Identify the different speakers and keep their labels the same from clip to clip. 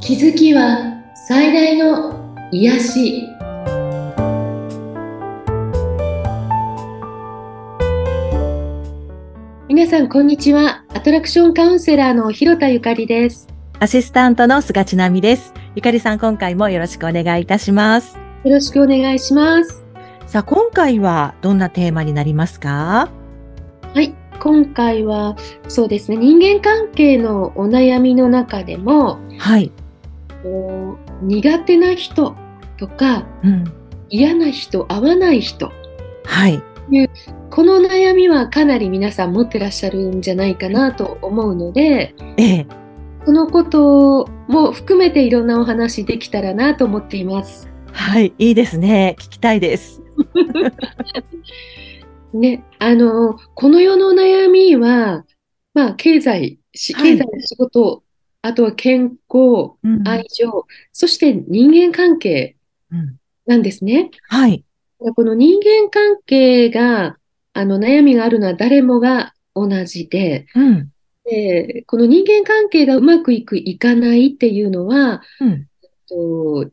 Speaker 1: 気づきは最大の癒し皆さんこんにちはアトラクションカウンセラーの広田ゆかりです
Speaker 2: アシスタントの菅千奈美です。ゆかりさん、今回もよろしくお願いいたします。
Speaker 1: よろしくお願いします
Speaker 2: さあ、今回はどんなテーマになりますか
Speaker 1: はい今回はそうですね人間関係のお悩みの中でも
Speaker 2: はい。
Speaker 1: こう苦手な人とか
Speaker 2: うん。
Speaker 1: 嫌な人合わない人
Speaker 2: はい。
Speaker 1: この悩みはかなり皆さん持ってらっしゃるんじゃないかなと思うので
Speaker 2: ええ。
Speaker 1: そのことも含めていろんなお話できたらなと思っています。
Speaker 2: はい。いいですね。聞きたいです。
Speaker 1: ね、あのこの世の悩みは、まあ、経済し
Speaker 2: は
Speaker 1: 経
Speaker 2: い
Speaker 1: 済の仕事、あとは健康
Speaker 2: うん
Speaker 1: 愛情そして人間関係
Speaker 2: うん
Speaker 1: なんですね。
Speaker 2: はい。
Speaker 1: この人間関係があの悩みがあるのは誰もが同じで。
Speaker 2: うん。
Speaker 1: で、この人間関係がうまくいく、いかないっていうのは、
Speaker 2: うん。
Speaker 1: と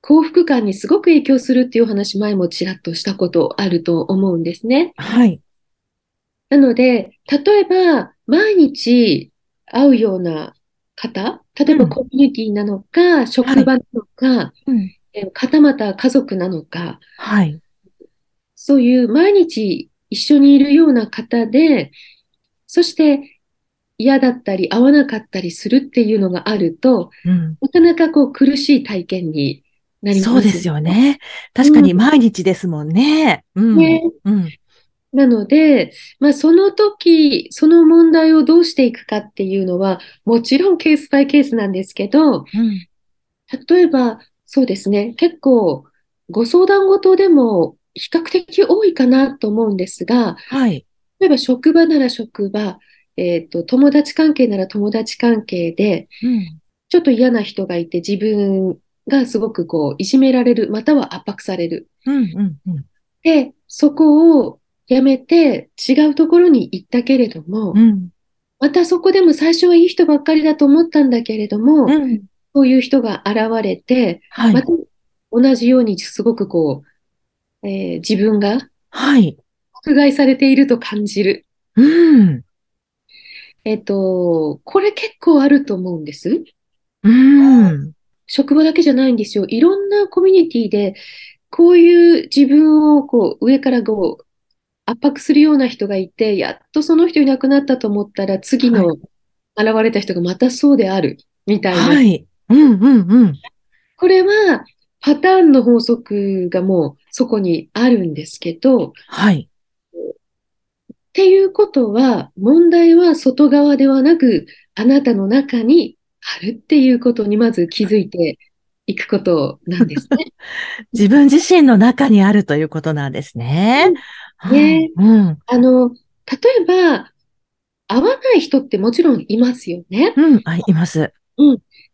Speaker 1: 幸福感にすごく影響するっていうお話、前もちらっとしたことあると思うんですね。
Speaker 2: はい。
Speaker 1: なので、例えば、毎日会うような方、例えば
Speaker 2: うん
Speaker 1: コミュニティなのか、職場なのか、
Speaker 2: うん。
Speaker 1: えーはたまた家族なのか、
Speaker 2: はい。
Speaker 1: そういう毎日一緒にいるような方で、そして嫌だったり合わなかったりするっていうのがあると、
Speaker 2: うん。
Speaker 1: なかなかこう苦しい体験になります。
Speaker 2: そうですよ。ね。確かに毎日ですもんね。うん。
Speaker 1: ね
Speaker 2: うん。
Speaker 1: なので、まあ、その時、その問題をどうしていくかっていうのは、もちろんケースバイケースなんですけど、
Speaker 2: うん。
Speaker 1: 例えば、そうですね、結構ご相談事でも比較的多いかなと思うんですが、
Speaker 2: はい。
Speaker 1: 例えば職場なら職場、えっと、友達関係なら友達関係で、
Speaker 2: うん。
Speaker 1: ちょっと嫌な人がいて自分がすごくこう、いじめられる、または圧迫される。
Speaker 2: うん。うん。うん
Speaker 1: で、そこをやめて違うところに行ったけれども、
Speaker 2: うん。
Speaker 1: またそこでも最初はいい人ばっかりだと思ったんだけれども、
Speaker 2: うん。
Speaker 1: そういう人が現れて、
Speaker 2: はい
Speaker 1: ま。た同じようにすごくこう、えー自分が
Speaker 2: はい。
Speaker 1: 迫害されていると感じる。
Speaker 2: うん。
Speaker 1: えっと、これ結構あると思うんです。
Speaker 2: うん。
Speaker 1: 職場だけじゃないんですよ。いろんなコミュニティで、こういう自分をこう上からこう圧迫するような人がいて、やっとその人いなくなったと思ったら、次の現れた人がまたそうである、みたいな。
Speaker 2: はい。うんうんうん。
Speaker 1: これはパターンの法則がもうそこにあるんですけど、っ
Speaker 2: はい。
Speaker 1: ていうことは、問題は外側ではなく、あなたの中にあるっていうことにまず気づいていくことなんですね。
Speaker 2: 自分自身の中にあるということなんですね。
Speaker 1: ね
Speaker 2: うん。
Speaker 1: あの、例えば、合わない人ってもちろんいますよね。
Speaker 2: うん。はい、います。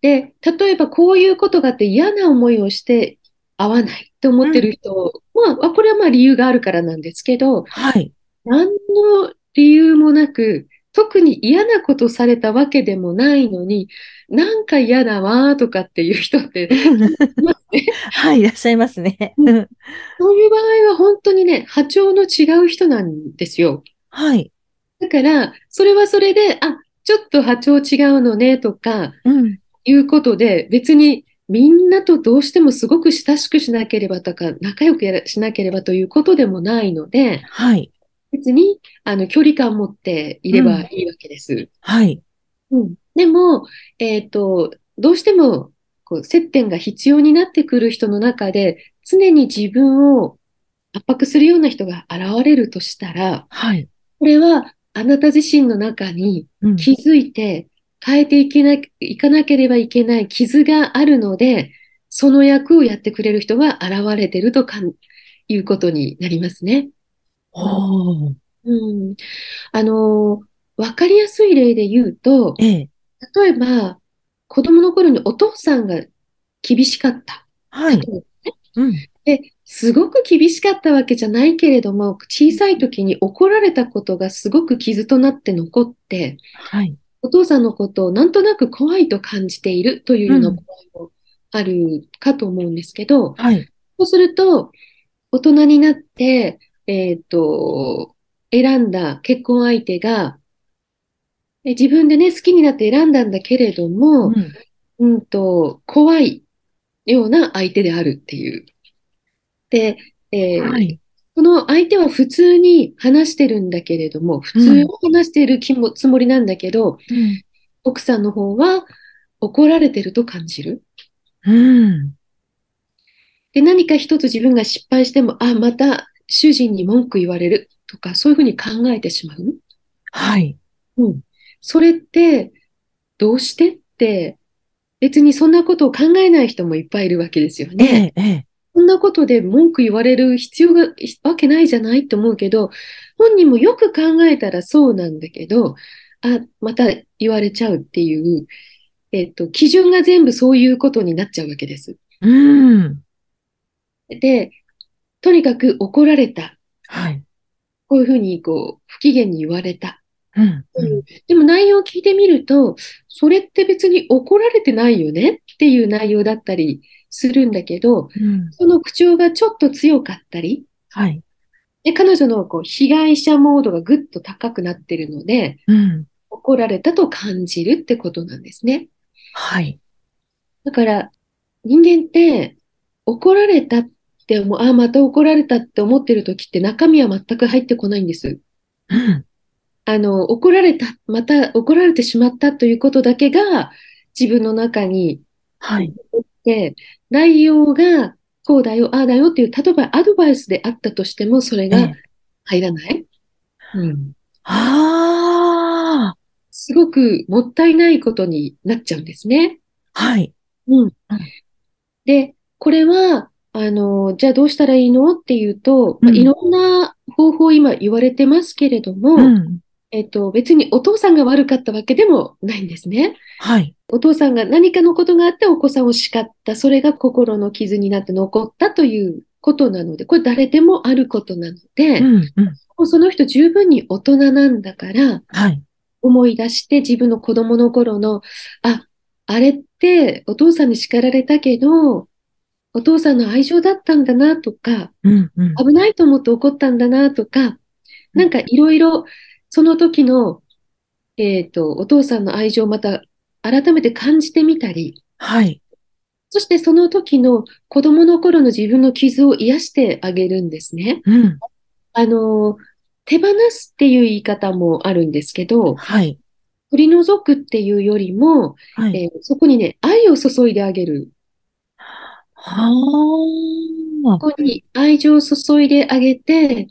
Speaker 1: で、例えばこういうことがあって嫌な思いをして合わないって思ってる人、まあ、これはまあ理由があるからなんですけど、
Speaker 2: はい。
Speaker 1: 何の理由もなく、特に嫌なことされたわけでもないのに、なんか嫌だわーとかっていう人って、
Speaker 2: はい、いらっしゃいますね。うん
Speaker 1: そういう場合は本当にね、波長の違う人なんですよ。
Speaker 2: はい。
Speaker 1: だから、それはそれで、あ、ちょっと波長違うのねとか
Speaker 2: うん。
Speaker 1: いうことで、別にみんなとどうしてもすごく親しくしなければとか、仲良くやらしなければということでもないので、
Speaker 2: はい。
Speaker 1: 別にあの距離感を持っていればいいわけです。
Speaker 2: はい。
Speaker 1: うん、でも、えっと、どうしてもこう接点が必要になってくる人の中で、常に自分を圧迫するような人が現れるとしたら、
Speaker 2: はい。
Speaker 1: これはあなた自身の中に
Speaker 2: うん
Speaker 1: 気づいて変えていけな、いかなければいけない傷があるので、その役をやってくれる人が現れてるとかんいうことになりますね。
Speaker 2: おー
Speaker 1: うん。あの、わかりやすい例で言うと、
Speaker 2: ええ。
Speaker 1: 例えば、子供の頃にお父さんが厳しかった。
Speaker 2: はい。うん。
Speaker 1: ですごく厳しかったわけじゃないけれども、小さい時に怒られたことがすごく傷となって残って、
Speaker 2: はい。
Speaker 1: お父さんのことをなんとなく怖いと感じているというよう
Speaker 2: う
Speaker 1: なん声もあるかと思うんですけど、
Speaker 2: はい。
Speaker 1: そうすると、大人になって、えっと、選んだ結婚相手が、え自分でね、好きになって選んだんだけれど
Speaker 2: う
Speaker 1: も、
Speaker 2: ん。
Speaker 1: うんと、怖いような相手であるっていう。で、えー
Speaker 2: はい。
Speaker 1: この相手は普通に話してるんだけれども、普通を話してる気もつもりなんだけど、
Speaker 2: うん。
Speaker 1: 奥さんの方は怒られてると感じる。
Speaker 2: うん。
Speaker 1: で、何か一つ自分が失敗しても、あ、また主人に文句言われるとか、そういうふうに考えてしまう。
Speaker 2: はい。
Speaker 1: うん。それって、どうしてって、別にそんなことを考えない人もいっぱいいるわけですよ
Speaker 2: え
Speaker 1: ね。
Speaker 2: え、ええ。
Speaker 1: そんなことで文句言われる必要がわけないじゃないと思うけど、本人もよく考えたらそうなんだけど、あ、また言われちゃうっていう、えっと、基準が全部そういうことになっちゃうわけです。
Speaker 2: うん。
Speaker 1: で、とにかく怒られた。
Speaker 2: はい。
Speaker 1: こういうふうに、こう、不機嫌に言われた。
Speaker 2: うん。うん
Speaker 1: でも内容を聞いてみると、それって別に怒られてないよねっていう内容だったりするんだけど、
Speaker 2: うん。
Speaker 1: その口調がちょっと強かったり、
Speaker 2: はい。
Speaker 1: で、彼女のこう被害者モードがぐっと高くなってるので、
Speaker 2: うん。
Speaker 1: 怒られたと感じるってことなんですね。
Speaker 2: はい。
Speaker 1: だから、人間って、怒られたって思う、ああ、また怒られたって思ってる時って中身は全く入ってこないんです。
Speaker 2: うん。
Speaker 1: あの、怒られた、また怒られてしまったということだけが、自分の中に
Speaker 2: はい。
Speaker 1: で、内容が、こうだよ、ああだよっていう、例えばアドバイスであったとしても、それ
Speaker 2: ええ
Speaker 1: が。入らない。うん。
Speaker 2: ああ。
Speaker 1: すごくもったいないことになっちゃうんですね。
Speaker 2: はい。
Speaker 1: うん。で、これは、あの、じゃあどうしたらいいのっていうと、まあ
Speaker 2: うん
Speaker 1: いろんな方法今言われてますけれども、
Speaker 2: うん。
Speaker 1: えっと、別にお父さんが悪かったわけでもないんですね。
Speaker 2: はい。
Speaker 1: お父さんが何かのことがあってお子さんを叱った、それが心の傷になって残ったということなので、これ誰でもあることなので、
Speaker 2: う
Speaker 1: も
Speaker 2: ん。うん。
Speaker 1: うその人十分に大人なんだから、
Speaker 2: はい。
Speaker 1: 思い出して自分の子供の頃の、あ、あれってお父さんに叱られたけど、お父さんの愛情だったんだなとか、
Speaker 2: うん。うん。
Speaker 1: 危ないと思って怒ったんだなとか、なんかいろいろその時の、えっと、お父さんの愛情をまた改めて感じてみたり、
Speaker 2: はい。
Speaker 1: そしてその時の子供の頃の自分の傷を癒してあげるんですね。
Speaker 2: うん。
Speaker 1: あの、手放すっていう言い方もあるんですけど、
Speaker 2: はい。
Speaker 1: 取り除くっていうよりも、
Speaker 2: はい。
Speaker 1: えーそこにね、愛を注いであげる。
Speaker 2: はあ。
Speaker 1: そこに愛情を注いであげて、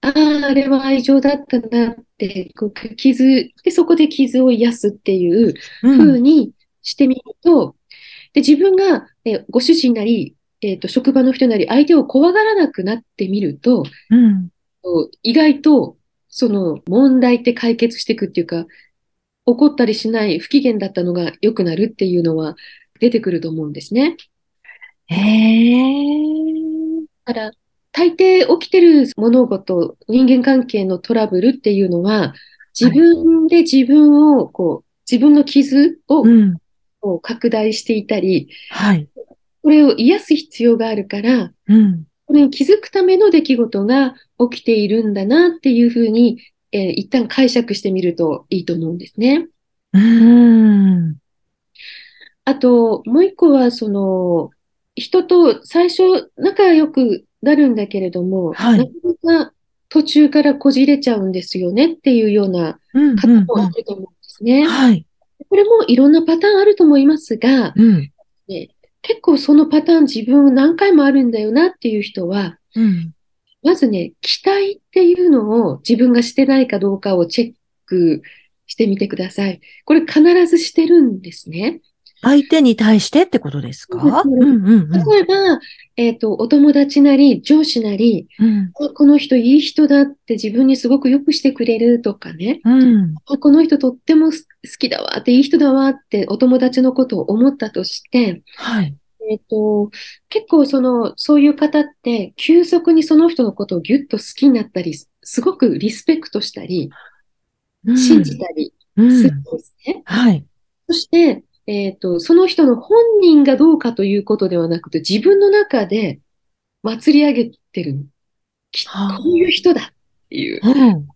Speaker 1: ああ、あれは愛情だったなって、こうく傷、で、そこで傷を癒すっていう
Speaker 2: うん。
Speaker 1: 風にしてみると、で、自分が、えーご主人なり、えっと、職場の人なり、相手を怖がらなくなってみると、
Speaker 2: うん。
Speaker 1: こう意外と、その問題って解決していくっていうか、怒ったりしない不機嫌だったのが良くなるっていうのは出てくると思うんですね。
Speaker 2: ええ。
Speaker 1: だから、大抵起きてる物事、人間関係のトラブルっていうのは、自分で自分を、こう、自分の傷を
Speaker 2: うん。
Speaker 1: こう拡大していたり、
Speaker 2: はい。
Speaker 1: これを癒す必要があるから、
Speaker 2: うん。
Speaker 1: これに気づくための出来事が起きているんだなっていうふうに、えー一旦解釈してみるといいと思うんですね。
Speaker 2: うん。
Speaker 1: あと、もう一個は、その、人と最初仲良くなるんだけれども、
Speaker 2: はい
Speaker 1: なかなか途中からこじれちゃうんですよねっていうような
Speaker 2: うん。
Speaker 1: 方もいると思うんですね。
Speaker 2: はい。
Speaker 1: これもいろんなパターンあると思いますが、
Speaker 2: うん。
Speaker 1: 結構そのパターン自分何回もあるんだよなっていう人は、
Speaker 2: うん。
Speaker 1: まずね、期待っていうのを自分がしてないかどうかをチェックしてみてください。これ必ずしてるんですね。
Speaker 2: 相手に対してってことですかうんうんうん。
Speaker 1: 例えば、えっと、お友達なり、上司なり、
Speaker 2: うん。
Speaker 1: あこの人いい人だって自分にすごくよくしてくれるとかね、
Speaker 2: うん。
Speaker 1: あこの人とってもす好きだわって、いい人だわってお友達のことを思ったとして、
Speaker 2: はい。
Speaker 1: えっと、結構その、そういう方って、急速にその人のことをぎゅっと好きになったり、すすごくリスペクトしたり、信じたり、
Speaker 2: うん
Speaker 1: するんですね。
Speaker 2: はい。
Speaker 1: そして、えっと、その人の本人がどうかということではなくて、自分の中で祭り上げてるの。き
Speaker 2: はあ
Speaker 1: こういう人だっていう。
Speaker 2: うん。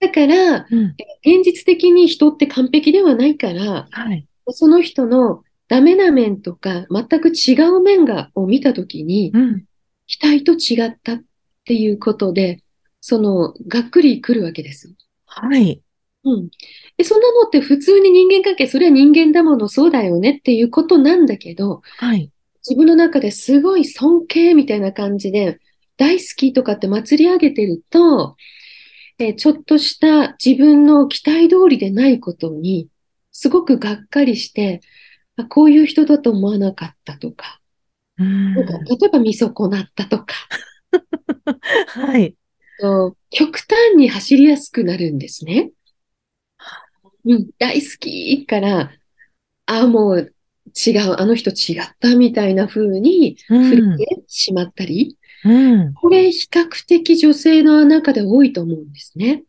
Speaker 1: だから、
Speaker 2: うん。
Speaker 1: 現実的に人って完璧ではないから、
Speaker 2: はい。
Speaker 1: その人のダメな面とか、全く違う面が、を見たときに、
Speaker 2: うん。
Speaker 1: 期待と違ったっていうことで、その、がっくりくるわけです。
Speaker 2: はい。
Speaker 1: うん。で、そんなのって普通に人間関係、それは人間だもの、そうだよねっていうことなんだけど、
Speaker 2: はい。
Speaker 1: 自分の中ですごい尊敬みたいな感じで、大好きとかって祭り上げてると、えーちょっとした自分の期待通りでないことに、すごくがっかりして、あこういう人だと思わなかったとか、
Speaker 2: うん
Speaker 1: なんか例えば見損なったとか、
Speaker 2: はい。
Speaker 1: と極端に走りやすくなるんですね。うん、大好きから、あ、もう違う、あの人違ったみたいな風に振
Speaker 2: う
Speaker 1: れ
Speaker 2: ん。
Speaker 1: てしまったり、
Speaker 2: うん。
Speaker 1: これ比較的女性の中で多いと思うんですね。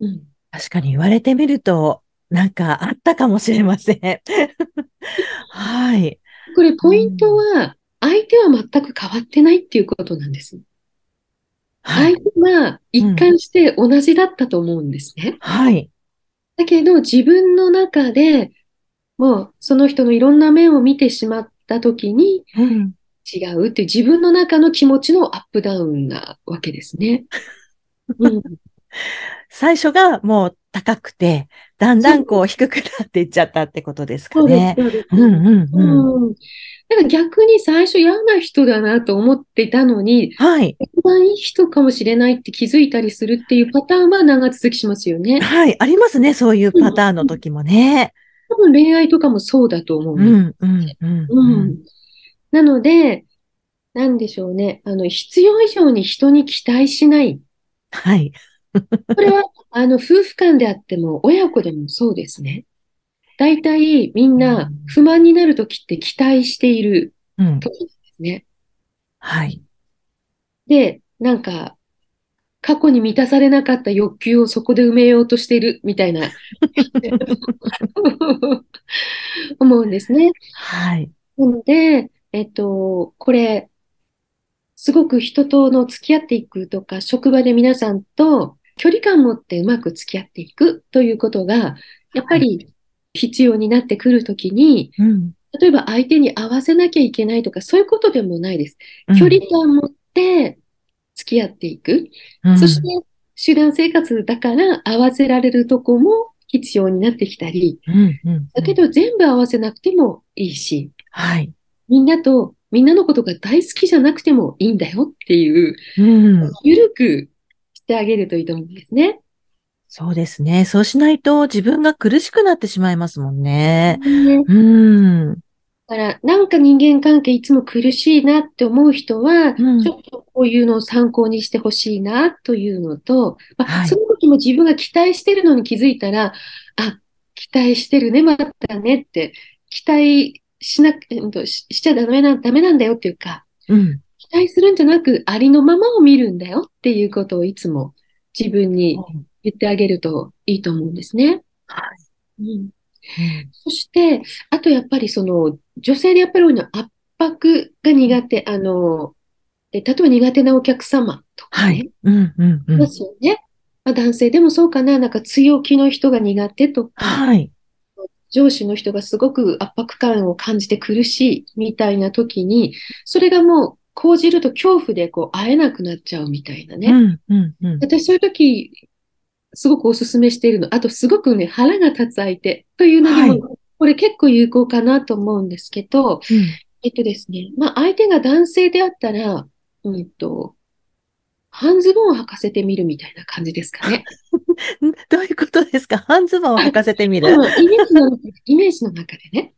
Speaker 1: うん。
Speaker 2: 確かに言われてみると、なんかあったかもしれません。はい。
Speaker 1: これポイントは、相手は全く変わってないっていうことなんです。
Speaker 2: はい。
Speaker 1: 相手は一貫して同じだったと思うんですね。
Speaker 2: はい。
Speaker 1: だけど自分の中でもうその人のいろんな面を見てしまった時に
Speaker 2: うん。
Speaker 1: 違うっていう自分の中の気持ちのアップダウンなわけですね。うん、
Speaker 2: 最初がもう高くて、だんだんこう低くなっていっちゃったってことですかね。
Speaker 1: そうです。
Speaker 2: うんうんうん。
Speaker 1: うん。だから逆に最初嫌な人だなと思っていたのに、
Speaker 2: はい。
Speaker 1: 一番いい人かもしれないって気づいたりするっていうパターンは長続きしますよね。
Speaker 2: はい。ありますね。そういうパターンの時もね。
Speaker 1: 多分恋愛とかもそうだと思う
Speaker 2: う
Speaker 1: の。
Speaker 2: んうんうん
Speaker 1: う
Speaker 2: うん。
Speaker 1: ん。なので、なんでしょうね。あの、必要以上に人に期待しない。
Speaker 2: はい。
Speaker 1: これは、あの、夫婦間であっても、親子でもそうですね。大体、みん
Speaker 2: う、
Speaker 1: なん不満になるときって期待している
Speaker 2: うん。
Speaker 1: ときですね。
Speaker 2: はい。
Speaker 1: で、なんか、過去に満たされなかった欲求をそこで埋めようとしている、みたいな、 思うんですね。
Speaker 2: はい。
Speaker 1: なので、えっと、これ、すごく人との付き合っていくとか、職場で皆さんと距離感持ってうまく付き合っていくということが、やっぱり必要になってくるときに、
Speaker 2: うん。
Speaker 1: 例えば相手に合わせなきゃいけないとか、そういうことでもないです。
Speaker 2: うん
Speaker 1: 距離感持って付き合っていく。
Speaker 2: うん
Speaker 1: そして、集団生活だから合わせられるとこも必要になってきたり、
Speaker 2: うんうん。
Speaker 1: だけど全部合わせなくてもいいし、
Speaker 2: はい。
Speaker 1: みんなと、みんなのことが大好きじゃなくてもいいんだよっていう、
Speaker 2: うん。
Speaker 1: ゆるくしてあげるといいと思うんですね。
Speaker 2: そうですね。そうしないと自分が苦しくなってしまいますもんね。
Speaker 1: ね
Speaker 2: うん。
Speaker 1: だから、なんか人間関係いつも苦しいなって思う人は、
Speaker 2: うん
Speaker 1: ちょっとこういうのを参考にしてほしいなというのと、まあ
Speaker 2: はい
Speaker 1: その時も自分が期待してるのに気づいたら、あ、期待してるね、またねって、期待しなく、うんとし、しちゃダメな、ダメなんだよっていうか、
Speaker 2: うん。
Speaker 1: 期待するんじゃなく、ありのままを見るんだよっていうことをいつも自分に言ってあげるといいと思うんですね。
Speaker 2: は
Speaker 1: うん、そして、あとやっぱりその、女性でやっぱり多いのは圧迫が苦手、あの、え例えば苦手なお客様とか
Speaker 2: は
Speaker 1: ね、
Speaker 2: い。うんうんう
Speaker 1: いま
Speaker 2: ん。
Speaker 1: すよね。まあ、男性でもそうかな、なんか強気の人が苦手とか、
Speaker 2: はい。
Speaker 1: 上司の人がすごく圧迫感を感じて苦しいみたいな時に、それがもう講じると恐怖でこう会えなくなっちゃうみたいな
Speaker 2: う
Speaker 1: ね。
Speaker 2: んうんうん。
Speaker 1: 私そういう時、すごくおすすめしているの。あとすごくね、腹が立つ相手というのにも、
Speaker 2: はい
Speaker 1: これ結構有効かなと思うんですけど、えっとですね、まあ相手が男性であったら、うんと、半ズボンを履かせてみるみたいな感じですかね。
Speaker 2: うんんどういうことですか半ズボンを履かせてみ
Speaker 1: 多
Speaker 2: る。
Speaker 1: 分イメージのイメージの中でね。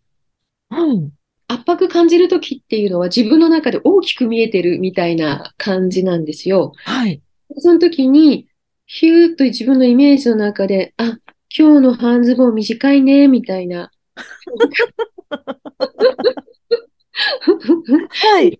Speaker 2: うん。
Speaker 1: 圧迫感じるときっていうのは自分の中で大きく見えてるみたいな感じなんですよ。
Speaker 2: はい。
Speaker 1: その時に、ヒューッと自分のイメージの中で、あ、今日の半ズボン短いね、みたいな。
Speaker 2: はい。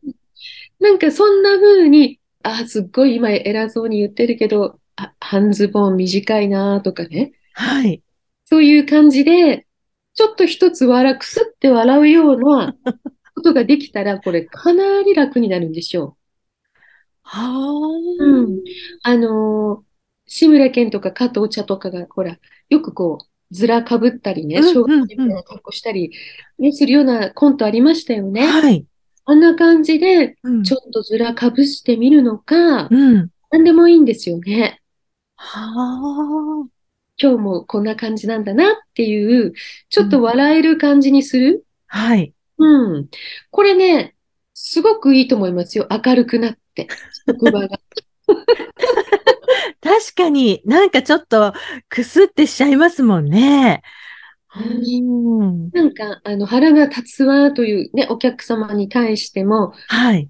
Speaker 1: なんかそんな風に、あ、すっごい今偉そうに言ってるけど、あ、半ズボン短いなとかね。
Speaker 2: はい。
Speaker 1: そういう感じで、ちょっと一つ笑、くすって笑うようなことができたら、これかなり楽になるんでしょ
Speaker 2: はあ。
Speaker 1: う。うん。あのー志村けんとか加藤茶とかが、ほら、よくこう、ずらかぶったりね、
Speaker 2: うん
Speaker 1: 小学生みたいな格好したり、ね、するようなコントありましたよね。
Speaker 2: はい。
Speaker 1: あんな感じで、
Speaker 2: うん
Speaker 1: ちょっとずらかぶしてみるのか、
Speaker 2: うん。
Speaker 1: なんでもいいんですよね。
Speaker 2: はあ。
Speaker 1: 今日もこんな感じなんだなっていう、ちょっと笑える感じにする。
Speaker 2: はい。
Speaker 1: うん。これね、すごくいいと思いますよ。明るくなって、職場 が。
Speaker 2: 確かになんかちょっとくすってしちゃいますもんね。うん。
Speaker 1: なんか、あの、腹が立つわというね、お客様に対しても、
Speaker 2: はい。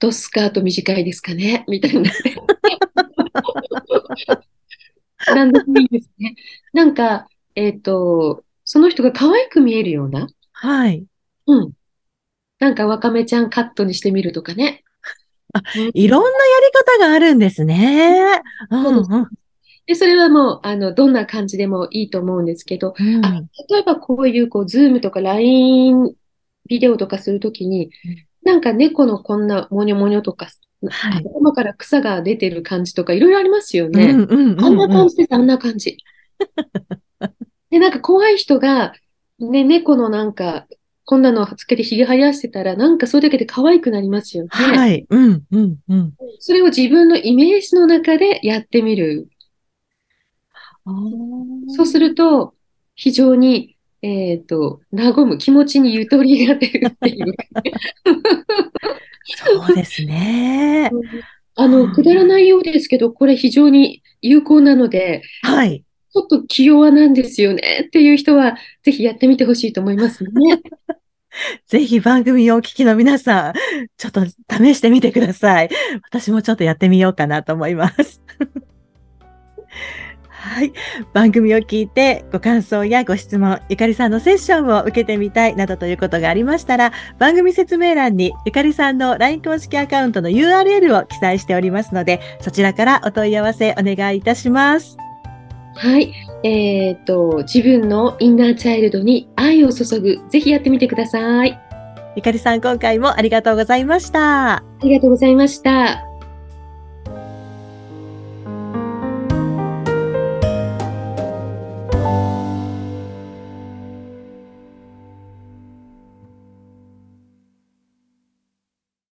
Speaker 1: ドスカート短いですかねみたいなね。なんでもいいですね。なんか、えっと、その人が可愛く見えるような。
Speaker 2: はい。
Speaker 1: うん。なんか、わかめちゃんカットにしてみるとかね。うん
Speaker 2: いろんなやり方があるんですね。うん
Speaker 1: そううんで。で、それはもう、あの、どんな感じでもいいと思うんですけど、
Speaker 2: うん
Speaker 1: あ、例えばこういう、こう、ズームとか LINE ビデオとかするときに
Speaker 2: うん、
Speaker 1: なんか猫のこんなもにょもにょとか、
Speaker 2: はい
Speaker 1: 頭から草が出てる感じとか、いろいろありますよ
Speaker 2: う
Speaker 1: ね。
Speaker 2: んうんうんうん
Speaker 1: あんな感じです、あんな感 じ。で、なんか怖い人が、ね、猫のなんか、こんなのつけてひげ生やしてたら、なんかそれだけで可愛くなりますよね。
Speaker 2: はい。うんうんうん。
Speaker 1: それを自分のイメージの中でやってみる。そうすると、非常に、えっと、和む気持ちにゆとりが出るっていう。
Speaker 2: そうですね。
Speaker 1: あの、くだらないようですけど、これ非常に有効なので、
Speaker 2: はい。
Speaker 1: ちょっと気弱なんですよねっていう人は、ぜひやってみてほしいと思いますね。
Speaker 2: ぜひ番組をお聞きの皆さん、ちょっと試してみてください。私もちょっとやってみようかなと思います。 はい。番組を聞いてご感想やご質問、ゆかりさんのセッションを受けてみたいなどということがありましたら、番組説明欄にゆかりさんの LINE 公式アカウントの URL を記載しておりますので、そちらからお問い合わせお願いいたします。
Speaker 1: はい。えっと、自分のインナーチャイルドに愛を注ぐ。ぜひやってみてください。
Speaker 2: ゆかりさん、今回もありがとうございました。
Speaker 1: ありがとうございました。